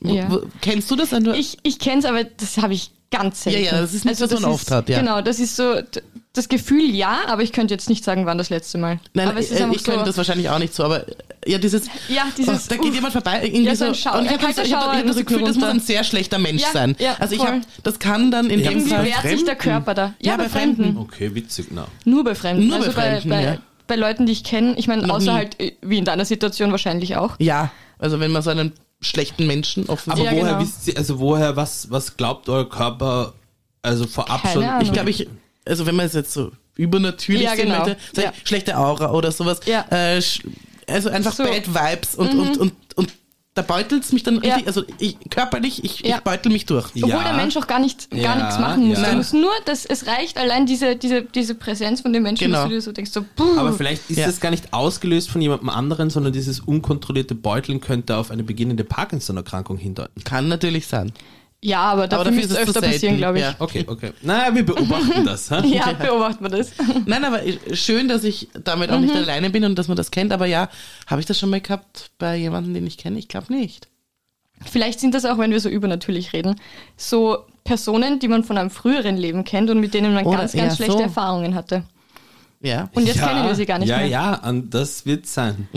S1: Wo-
S2: Ja.
S1: wo- Kennst du das? wenn du-
S2: Ich, ich kenne es, aber das habe ich ganz selten. Also
S1: Ja, ja, das ist nicht, was
S2: das
S1: man
S2: ist-
S1: oft hat, ja.
S2: Genau, das ist so, d- das Gefühl ja, aber ich könnte jetzt nicht sagen, wann das letzte Mal.
S1: Nein,
S2: aber es ist
S1: äh,
S2: einfach
S1: ich könnte
S2: so,
S1: das wahrscheinlich auch nicht so, aber äh, ja, dieses. oh,
S2: Ja, dieses,
S1: da geht
S2: uff.
S1: jemand vorbei. Irgendwie
S2: Ja,
S1: so
S2: so ein Schauer,
S1: und ich
S2: ein
S1: habe hab,
S2: kalter
S1: ich hab
S2: Schauer
S1: das
S2: rücken
S1: Gefühl, das muss
S2: runter.
S1: ein sehr schlechter Mensch
S2: Ja,
S1: sein.
S2: ja,
S1: also ich
S2: voll.
S1: habe, das kann dann in dem
S2: irgendwie
S1: Fall.
S2: wehrt sich der
S3: Fremden?
S2: Körper da.
S1: Ja, bei Fremden.
S3: Okay, witzig, na.
S2: Nur bei Fremden.
S1: Nur bei
S2: also bei,
S1: Fremden,
S2: bei,
S1: ja.
S2: bei Leuten, die ich kenne, ich meine,
S1: Noch
S2: außer
S1: nie.
S2: halt, äh, wie in deiner Situation wahrscheinlich auch.
S1: Ja, also wenn man so einen schlechten Menschen
S3: Aber
S1: offensichtlich.
S2: Ja,
S3: woher
S2: genau.
S3: wisst ihr, also woher, was, was glaubt euer Körper, also vorab
S2: Keine
S3: schon?
S2: Ahnung.
S1: ich glaube, ich, also wenn man es jetzt so übernatürlich
S2: genau. Ja,
S1: sehen
S2: genau.
S1: möchte, sag ich,
S2: Ja.
S1: schlechte Aura oder sowas.
S2: Ja.
S1: Äh, sch- also einfach
S2: So. Mhm.
S1: Bad Vibes und, und, und, und da beutelt es mich dann
S2: Ja.
S1: richtig, also ich, körperlich, ich,
S2: Ja.
S1: ich beutel mich durch.
S3: Ja.
S2: Obwohl der Mensch auch gar, nicht,
S3: Ja,
S2: gar nichts machen muss.
S3: ja.
S2: Du musst nur, dass es reicht, allein diese, diese, diese Präsenz von dem Menschen,
S1: Genau.
S2: dass du dir so denkst, so, puh.
S3: Aber vielleicht ist
S1: Ja.
S3: das gar nicht ausgelöst von jemandem anderen, sondern dieses unkontrollierte Beuteln könnte auf eine beginnende Parkinson-Erkrankung hindeuten.
S1: Kann natürlich sein.
S2: ja, aber dafür,
S1: dafür ist
S2: müsste
S1: es
S2: es
S1: zu
S2: öfter passieren,
S1: selten,
S2: glaube ich.
S1: ja.
S3: Okay, okay. Naja, wir beobachten das. Ha?
S2: Ja, beobachten wir das.
S1: Nein, aber schön, dass ich damit auch nicht
S2: Mhm.
S1: alleine bin und dass man das kennt. Aber ja, habe ich das schon mal gehabt bei jemandem, den ich kenne? Ich glaube nicht.
S2: Vielleicht sind das auch, wenn wir so übernatürlich reden, so Personen, die man von einem früheren Leben kennt und mit denen man
S1: Oder
S2: ganz,
S1: eher
S2: ganz schlechte
S1: so.
S2: Erfahrungen hatte.
S1: Ja.
S2: Und jetzt kennen wir sie gar nicht
S3: ja,
S2: mehr.
S3: Ja, ja, und das wird sein.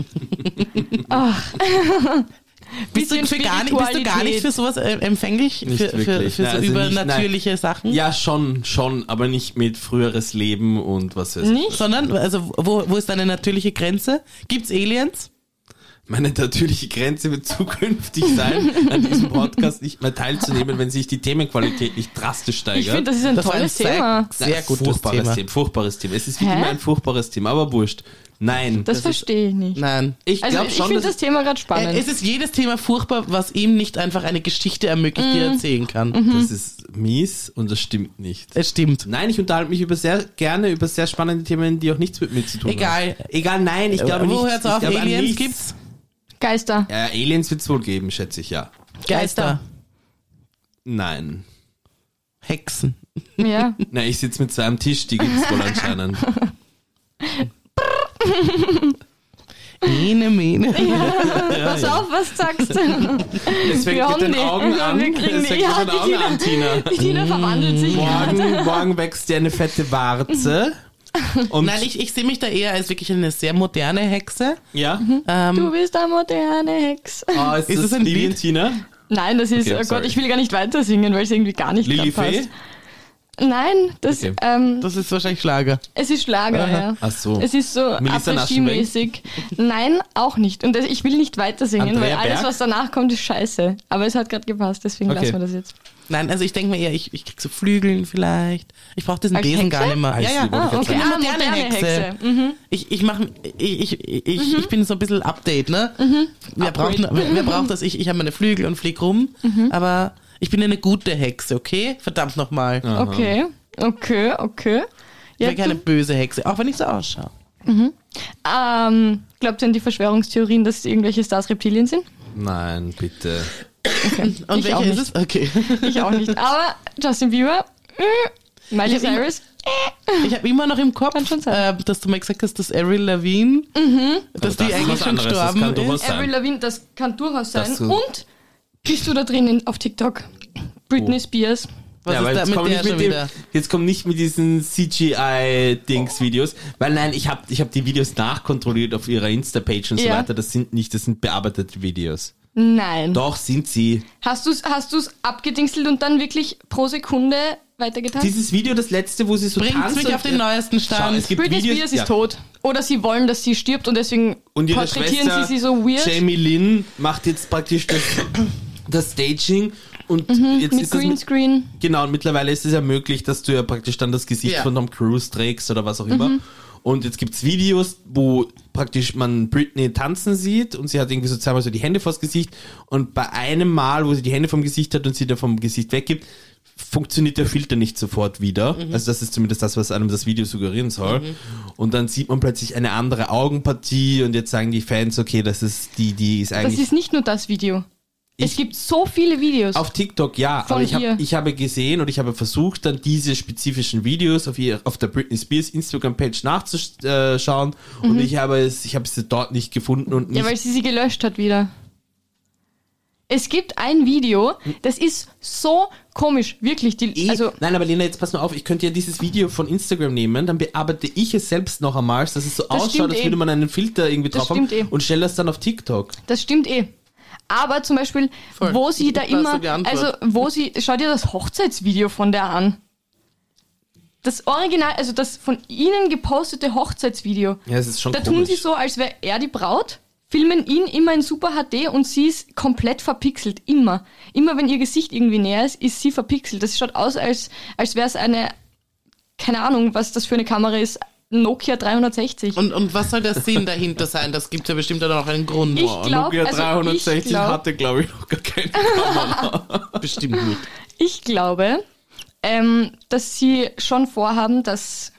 S1: Bist du, für gar nicht, bist du gar nicht für sowas äh, empfänglich?
S3: Nicht
S1: für für, für
S3: wirklich.
S1: so
S3: Nein, also nicht- nein.
S1: übernatürliche Sachen?
S3: Ja, schon, schon, aber nicht mit früheres Leben und was weiß ich.
S2: Nicht?
S1: Sondern, also, wo, wo ist deine natürliche Grenze? Gibt's Aliens?
S3: Meine natürliche Grenze wird zukünftig sein, an diesem Podcast nicht mehr teilzunehmen, wenn sich die Themenqualität nicht drastisch
S2: Ich finde,
S3: steigert.
S2: das ist ein
S1: Das war ein
S2: tolles
S1: sehr-
S2: Thema.
S1: sehr
S3: Nein,
S1: gutes
S3: furchtbares
S1: Thema.
S3: Furchtbares Thema. Es ist wie
S2: Hä?
S3: immer ein furchtbares Thema, aber wurscht. Nein.
S2: Das,
S3: ist-
S2: verstehe ich nicht.
S1: Nein.
S3: Ich
S2: Also
S3: glaube
S2: ich
S3: schon,
S2: finde
S3: dass
S2: das Thema gerade spannend.
S1: Äh, es ist jedes Thema furchtbar, was ihm nicht einfach eine Geschichte ermöglicht, die er
S2: Mhm.
S1: erzählen kann.
S3: das ist mies und das stimmt nicht.
S1: Es stimmt.
S3: Nein, ich unterhalte mich über sehr gerne über sehr spannende Themen, die auch nichts mit mir zu tun haben.
S1: Egal.
S3: Egal, nein, ich glaube
S1: Äh, wo
S3: nicht.
S1: hört's
S3: ich
S1: auf?
S3: glaube an
S1: Aliens
S3: nichts.
S1: gibt's?
S2: Geister.
S3: Ja, Aliens wird es wohl geben, schätze ich, ja.
S1: Geister.
S3: Nein.
S1: Hexen.
S2: Ja.
S3: Na, ich sitze mit zwei am Tisch, die gibt es wohl anscheinend.
S1: Ene, mene.
S2: Pass auf, was du sagst du?
S3: Es fängt
S2: Wir
S3: mit
S2: haben
S3: den
S2: die.
S3: Augen
S2: Ja,
S3: an.
S2: wir kriegen
S3: Es
S2: die.
S3: fängt
S2: Ja,
S3: mit den
S2: die
S3: Augen
S2: Tina.
S3: an, Tina.
S2: Die Tina verwandelt sich.
S3: Morgen, morgen wächst dir eine fette Warze. Und
S1: Nein, ich, ich sehe mich da eher als wirklich eine sehr moderne Hexe.
S3: ja.
S1: Ähm,
S2: Du bist eine moderne Hex.
S3: Oh, ist,
S1: Ist
S3: das
S1: es ein
S3: Lilien
S1: Lied?
S3: Tina?
S2: Nein, das ist,
S3: Okay,
S2: oh Gott,
S3: sorry.
S2: ich will gar nicht weiter singen, weil es irgendwie gar nicht
S3: Lilly
S2: grad
S3: Fee?
S2: passt. Nein, das,
S3: Okay.
S2: ähm,
S1: das ist wahrscheinlich Schlager.
S2: es ist Schlager, ja.
S3: Ach so.
S2: Es ist so
S3: Melissa
S2: Après-Ski-mäßig. Nein, auch nicht. Und das, ich will nicht weiter singen,
S3: Andrea
S2: weil alles,
S3: Berg?
S2: was danach kommt, ist scheiße. Aber es hat gerade gepasst, deswegen
S3: Okay.
S2: lassen wir das jetzt.
S1: Nein, also ich denke mir eher, ich, ich krieg so Flügeln vielleicht. Ich brauche diesen
S2: Als
S1: Besen
S2: Hexe?
S1: gar nicht mehr.
S3: Als
S1: Ja, ja.
S3: Wollte
S1: Ich
S3: ich jetzt
S1: bin
S2: Ah, Mhm.
S1: eine moderne, Hexe. Ich, ich, mach, ich, ich, ich, ich bin so ein bisschen Update, ne? Wer, braucht,
S2: Mhm. Upgrade. Mhm.
S1: wer, wer braucht das? Ich, ich habe meine Flügel und flieg rum. Aber ich bin eine gute Hexe, okay? Verdammt nochmal.
S3: Ja. Aha.
S2: Okay, okay, okay.
S1: Ich
S2: Ja,
S1: bin keine
S2: du,
S1: böse Hexe, auch wenn ich so ausschaue.
S2: ähm, glaubt ihr an die Verschwörungstheorien, dass irgendwelche Stars Reptilien sind?
S3: Nein, bitte.
S1: Und
S2: Ich
S1: welche
S2: auch
S1: ist es? Okay.
S2: Ich auch nicht. Aber Justin Bieber, äh,
S1: Ich
S2: Miley
S1: hab ihn-
S2: Cyrus,
S1: Ich habe immer noch im Kopf,
S2: Kann schon sein. Mhm.
S1: äh, dass du mal gesagt hast, dass Avril Lavigne, dass
S3: Aber
S1: die
S3: Also das ist
S1: eigentlich
S3: was
S1: schon
S3: anderes, das
S1: gestorben
S3: kann durchaus
S1: ist.
S3: sein.
S2: Avril Lavigne, das kann durchaus sein.
S3: Das so-
S2: Und bist du da drin in, auf TikTok? Britney
S3: Oh.
S2: Spears.
S1: Was
S3: aber
S1: ist da
S3: jetzt komm
S1: mit
S3: nicht
S1: der schon
S3: dem-
S1: wieder?
S3: Jetzt kommen nicht mit diesen CGI-Dings-Videos, weil nein, ich habe ich hab die Videos nachkontrolliert auf ihrer Insta-Page und so
S2: Ja.
S3: weiter. Das sind nicht, das sind bearbeitete Videos.
S2: Nein.
S3: Doch, sind sie.
S2: Hast du es hast du's abgedingselt und dann wirklich pro Sekunde weitergetan?
S3: Dieses Video, das letzte, wo sie so
S1: Bringt
S3: tanzt
S1: mich
S3: und-
S1: auf den neuesten
S3: Schau, es
S1: Stand.
S3: gibt
S2: Britney
S3: Videos,
S2: Spears
S3: ja.
S2: ist tot. Oder sie wollen, dass sie stirbt und deswegen
S3: Und ihre
S2: porträtieren
S3: Schwester
S2: sie sie so weird.
S3: Jamie Lynn macht jetzt praktisch das, das Staging und jetzt
S2: Mhm, mit
S3: ist das mit,
S2: Greenscreen.
S3: genau und mittlerweile ist es ja möglich, dass du ja praktisch dann das Gesicht
S1: Ja.
S3: von Tom Cruise trägst oder was auch immer. Und jetzt gibt's Videos, wo praktisch man Britney tanzen sieht und sie hat irgendwie so zweimal so die Hände vors Gesicht und bei einem Mal, wo sie die Hände vom Gesicht hat und sie dann vom Gesicht weggibt, funktioniert der Filter nicht sofort wieder. Also das ist zumindest das, was einem das Video suggerieren soll. Und dann sieht man plötzlich eine andere Augenpartie und jetzt sagen die Fans, okay, das ist die, die ist
S2: Das
S3: eigentlich
S2: ist nicht nur das Video. es
S3: Ich-
S2: gibt so viele Videos.
S3: auf TikTok ja,
S2: Von
S3: aber ich,
S2: ihr.
S3: hab, ich habe gesehen und ich habe versucht, dann diese spezifischen Videos auf, ihr, auf der Britney Spears Instagram-Page nachzuschauen und ich habe es, ich habe sie dort nicht gefunden und
S2: Mhm. Ja,
S3: nicht.
S2: weil sie sie gelöscht hat wieder. Es gibt ein Video,
S3: Hm.
S2: das ist so komisch, wirklich. Die,
S3: Eh-
S2: also,
S3: Nein, aber Lena, jetzt pass mal auf, ich könnte ja dieses Video von Instagram nehmen, dann bearbeite ich es selbst noch einmal, dass es so ausschaut,
S2: stimmt
S3: als
S2: eh.
S3: würde man einen Filter irgendwie
S2: Das
S3: drauf haben
S2: stimmt eh.
S3: und stelle das dann auf TikTok.
S2: das stimmt eh. Aber zum Beispiel,
S1: Voll.
S2: wo sie
S1: Da
S2: da
S1: hast du
S2: immer,
S1: die Antwort.
S2: also wo sie, schau dir das Hochzeitsvideo von der an. Das Original, also das von ihnen gepostete Hochzeitsvideo.
S3: Ja, es ist schon
S2: Da
S3: komisch.
S2: tun sie so, als wäre er die Braut, filmen ihn immer in Super HD und sie ist komplett verpixelt. Immer. Immer wenn ihr Gesicht irgendwie näher ist, ist sie verpixelt. Das schaut aus, als, als wäre es eine, keine Ahnung, was das für eine Kamera ist, Nokia 360.
S1: Und, und was soll der Sinn dahinter sein? Das gibt ja bestimmt dann auch einen Grund.
S2: Ich glaub,
S3: Nokia
S2: also ich
S3: 360
S2: glaub-
S3: hatte, glaube ich, noch gar keine.
S1: Bestimmt nicht.
S2: Ich glaube, ähm, dass sie schon vorhaben, dass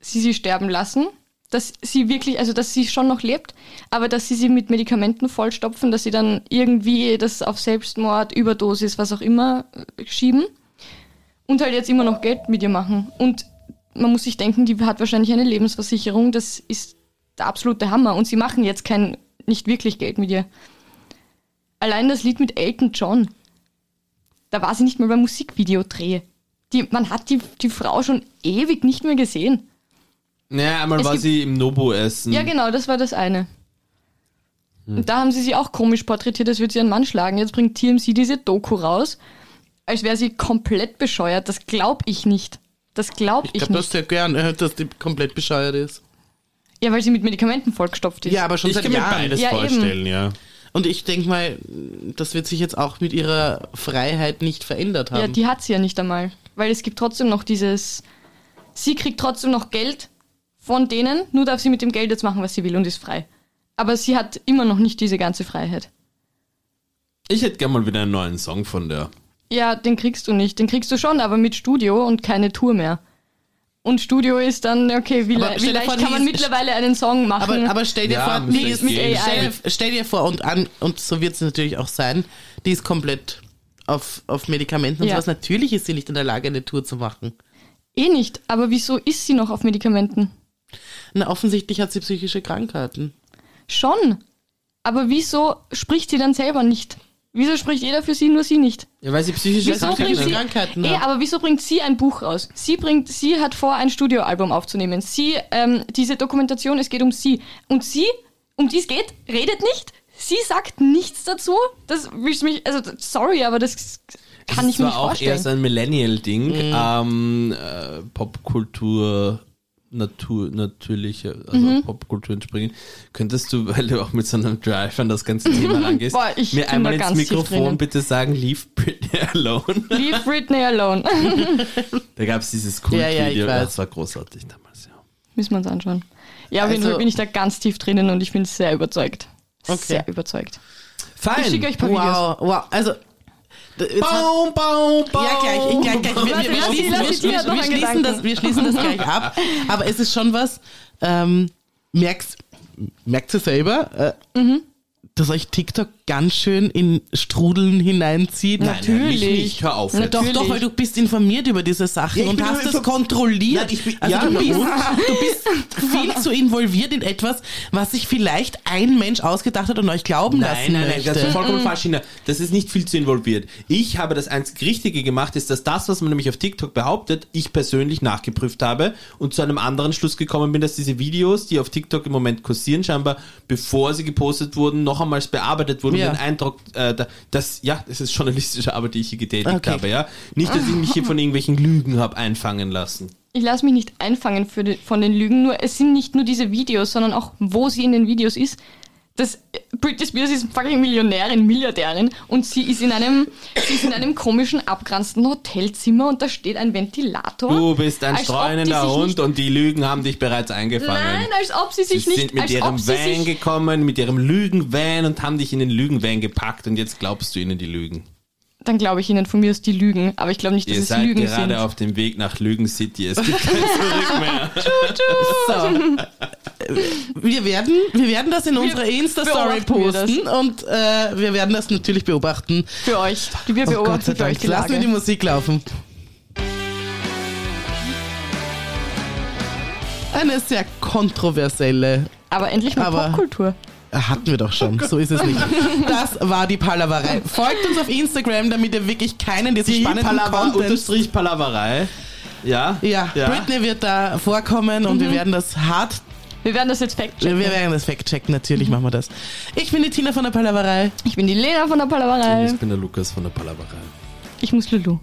S2: sie sie sterben lassen. Dass sie wirklich, also dass sie schon noch lebt, aber dass sie sie mit Medikamenten vollstopfen, dass sie dann irgendwie das auf Selbstmord, Überdosis, was auch immer äh, schieben und halt jetzt immer noch Geld mit ihr machen. Und man muss sich denken, die hat wahrscheinlich eine Lebensversicherung, das ist der absolute Hammer und sie machen jetzt kein, nicht wirklich Geld mit ihr. Allein das Lied mit Elton John, da war sie nicht mehr beim Musikvideodreh. Die, man hat die, die Frau schon ewig nicht mehr gesehen.
S3: Naja, einmal
S2: Es
S3: war
S2: gibt-
S3: sie im Nobu essen.
S2: Ja, genau, das war das eine. Und da haben sie sie auch komisch porträtiert, als würde sie ihren Mann schlagen. Jetzt bringt TMC diese Doku raus, als wäre sie komplett bescheuert. Das glaub ich nicht. Das glaub ich,
S1: Ich habe das
S2: nicht.
S1: sehr gern, äh, dass die komplett bescheuert ist.
S2: Ja, weil sie mit Medikamenten vollgestopft ist.
S1: Ja, aber schon
S3: Ich
S1: seit
S3: kann mir
S1: Jahren.
S3: beides
S2: Ja, eben.
S3: vorstellen, ja.
S1: Und ich denke mal, das wird sich jetzt auch mit ihrer Freiheit nicht verändert haben.
S2: Ja, die hat sie ja nicht einmal. Weil es gibt trotzdem noch dieses. Sie kriegt trotzdem noch Geld von denen, nur darf sie mit dem Geld jetzt machen, was sie will und ist frei. Aber sie hat immer noch nicht diese ganze Freiheit.
S3: Ich hätte gerne mal wieder einen neuen Song von der.
S2: Ja, den kriegst du nicht. Den kriegst du schon, aber mit Studio und keine Tour mehr. Und Studio ist dann, okay, wie,
S1: Aber
S2: le wie
S1: stell dir
S2: leicht
S1: vor,
S2: kann
S1: die
S2: man
S1: ist-
S2: mittlerweile einen Song machen?
S1: aber, aber stell dir
S3: Ja,
S1: vor,
S3: müsste
S1: die ist
S3: ich
S1: mit
S3: gehen.
S1: AI. Stell, stell dir vor, und an, und so wird es natürlich auch sein, die ist komplett auf, auf Medikamenten und
S2: Ja.
S1: sowas. Natürlich ist sie nicht in der Lage, eine Tour zu machen.
S2: eh nicht. Aber wieso ist sie noch auf Medikamenten?
S1: Na, offensichtlich hat sie psychische Krankheiten.
S2: Schon. Aber wieso spricht sie dann selber nicht? Wieso spricht jeder für sie, nur sie nicht?
S3: Ja, weil sie psychisch
S2: Wieso
S1: auch
S2: bringt
S1: psychische
S2: sie, ne? Eh,
S1: Krankheiten
S2: Ey,
S1: hat.
S2: aber wieso bringt sie ein Buch raus? Sie bringt, sie hat vor, ein Studioalbum aufzunehmen. Sie, ähm, diese Dokumentation, es geht um sie. Und sie, um die es geht, redet nicht. Sie sagt nichts dazu. Das willst du mich, also sorry, aber das kann ich mir
S3: war
S2: nicht
S3: auch
S2: vorstellen. Mhm.
S3: eher so ein Millennial-Ding. Ähm, äh, Popkultur, Natur, natürliche, also
S2: Mhm.
S3: Popkultur entspringen. Könntest du, weil du auch mit so einem Drive an das ganze Thema rangehst,
S2: Boah, ich
S3: mir
S2: bin
S3: einmal
S2: da
S3: ins
S2: ganz tief
S3: Mikrofon
S2: drinnen.
S3: bitte sagen, leave Britney alone.
S2: Leave Britney alone.
S3: Da gab es dieses cool
S1: Ja, ja, ich
S3: Video,
S1: weiß.
S3: das war großartig damals, ja.
S2: Müssen wir uns anschauen. Ja, auf jeden
S1: Also-
S2: Fall bin ich da ganz tief drinnen und ich bin sehr überzeugt.
S1: Okay.
S2: Sehr überzeugt. Ich schicke
S3: Fein!
S2: euch ein paar Videos.
S1: Wow, wow. Also, d- jetzt mal-
S3: Baum, baum, baum.
S1: Ja, gleich, ich- gleich, gleich. Wir, wir, wir,
S2: Lass die-
S1: schließen- wir,
S2: lass die- die
S1: wir,
S2: hat noch
S1: wir,
S2: einen
S1: schließen
S2: Gedanken.
S1: das, wir schließen das gleich ab. Aber es ist schon was, ähm, merkst, merkt ihr selber, äh,
S3: Mhm.
S1: dass euch TikTok ganz schön in Strudeln hineinzieht?
S3: Nein, nein, mich
S2: Natürlich.
S3: nicht. Hör auf.
S2: Na
S3: jetzt.
S2: doch,
S1: Doch, doch, weil du bist informiert über diese Sachen
S3: Ja, ich
S1: und
S3: bin
S1: hast
S3: nur
S1: es
S3: infor-
S1: kontrolliert.
S3: Nein, ich bin-
S1: also
S3: ja,
S1: du,
S3: na
S1: bist,
S3: und?
S1: du bist viel zu involviert in etwas, was sich vielleicht ein Mensch ausgedacht hat und euch glauben
S3: Nein,
S1: lassen
S3: nein, nein,
S1: möchte.
S3: das ist vollkommen falsch, Ina. Das ist nicht viel zu involviert. Ich habe das einzig Richtige gemacht, ist, dass das, was man nämlich auf TikTok behauptet, ich persönlich nachgeprüft habe und zu einem anderen Schluss gekommen bin, dass diese Videos, die auf TikTok im Moment kursieren, scheinbar, bevor sie gepostet wurden, noch einmal bearbeitet wurden.
S1: Ja.
S3: Und den Eindruck, äh, da- das, ja, das ist journalistische Arbeit, die ich hier getätigt
S1: Okay.
S3: habe, ja. Nicht, dass ich mich hier von irgendwelchen Lügen habe einfangen lassen.
S2: Ich lasse mich nicht einfangen für die, von den Lügen, nur es sind nicht nur diese Videos, sondern auch, wo sie in den Videos ist. Das, Britney Spears ist fucking Millionärin, Milliardärin und sie ist in einem, sie ist in einem komischen, abgeranzten Hotelzimmer und da steht ein Ventilator.
S3: Du bist ein
S2: Als ob die
S3: streunender
S2: sich
S3: Hund
S2: nicht-
S3: und die Lügen haben dich bereits eingefangen.
S2: Nein, als ob sie
S3: Sie
S2: sich nicht...
S3: sind mit
S2: als ob
S3: ihrem
S2: sie
S3: Van
S2: sich,
S3: gekommen, mit ihrem Lügen-Van und haben dich in den Lügen-Van gepackt und jetzt glaubst du ihnen die Lügen.
S2: dann glaube ich ihnen von mir aus die Lügen, aber ich glaube nicht, dass
S3: Ihr
S2: es
S3: seid
S2: Lügen
S3: gerade
S2: sind.
S3: auf dem Weg nach Lügen City. Es gibt kein Zurück mehr.
S1: So. Wir werden, wir werden das in unserer Insta-Story
S2: beobachten wir das.
S1: posten und äh, wir werden das natürlich beobachten. Oh
S2: Für euch. Wir
S3: Oh
S2: beobachten für euch die
S1: Lassen wir die
S2: Lage.
S1: Musik laufen. Eine sehr kontroverselle
S2: Aber endlich mal
S1: Aber-
S2: Popkultur.
S1: hatten wir doch
S2: Oh
S1: schon, so ist es nicht. Das war die Palaverei. Folgt uns auf Instagram, damit ihr wirklich keinen dieser
S3: Die
S1: spannenden
S3: Palaver
S1: Content
S3: unterstrich Palaverei. Ja?
S1: ja, Britney wird da vorkommen und
S2: Mhm.
S1: wir werden das hart
S2: Wir werden das jetzt fact
S1: Wir werden das wegchecken, natürlich machen wir das. Ich bin die Tina von der Palaverei.
S2: Ich bin die Lena von der Palaverei.
S3: Ich bin der Lukas von der Palaverei.
S2: Ich muss Lulu.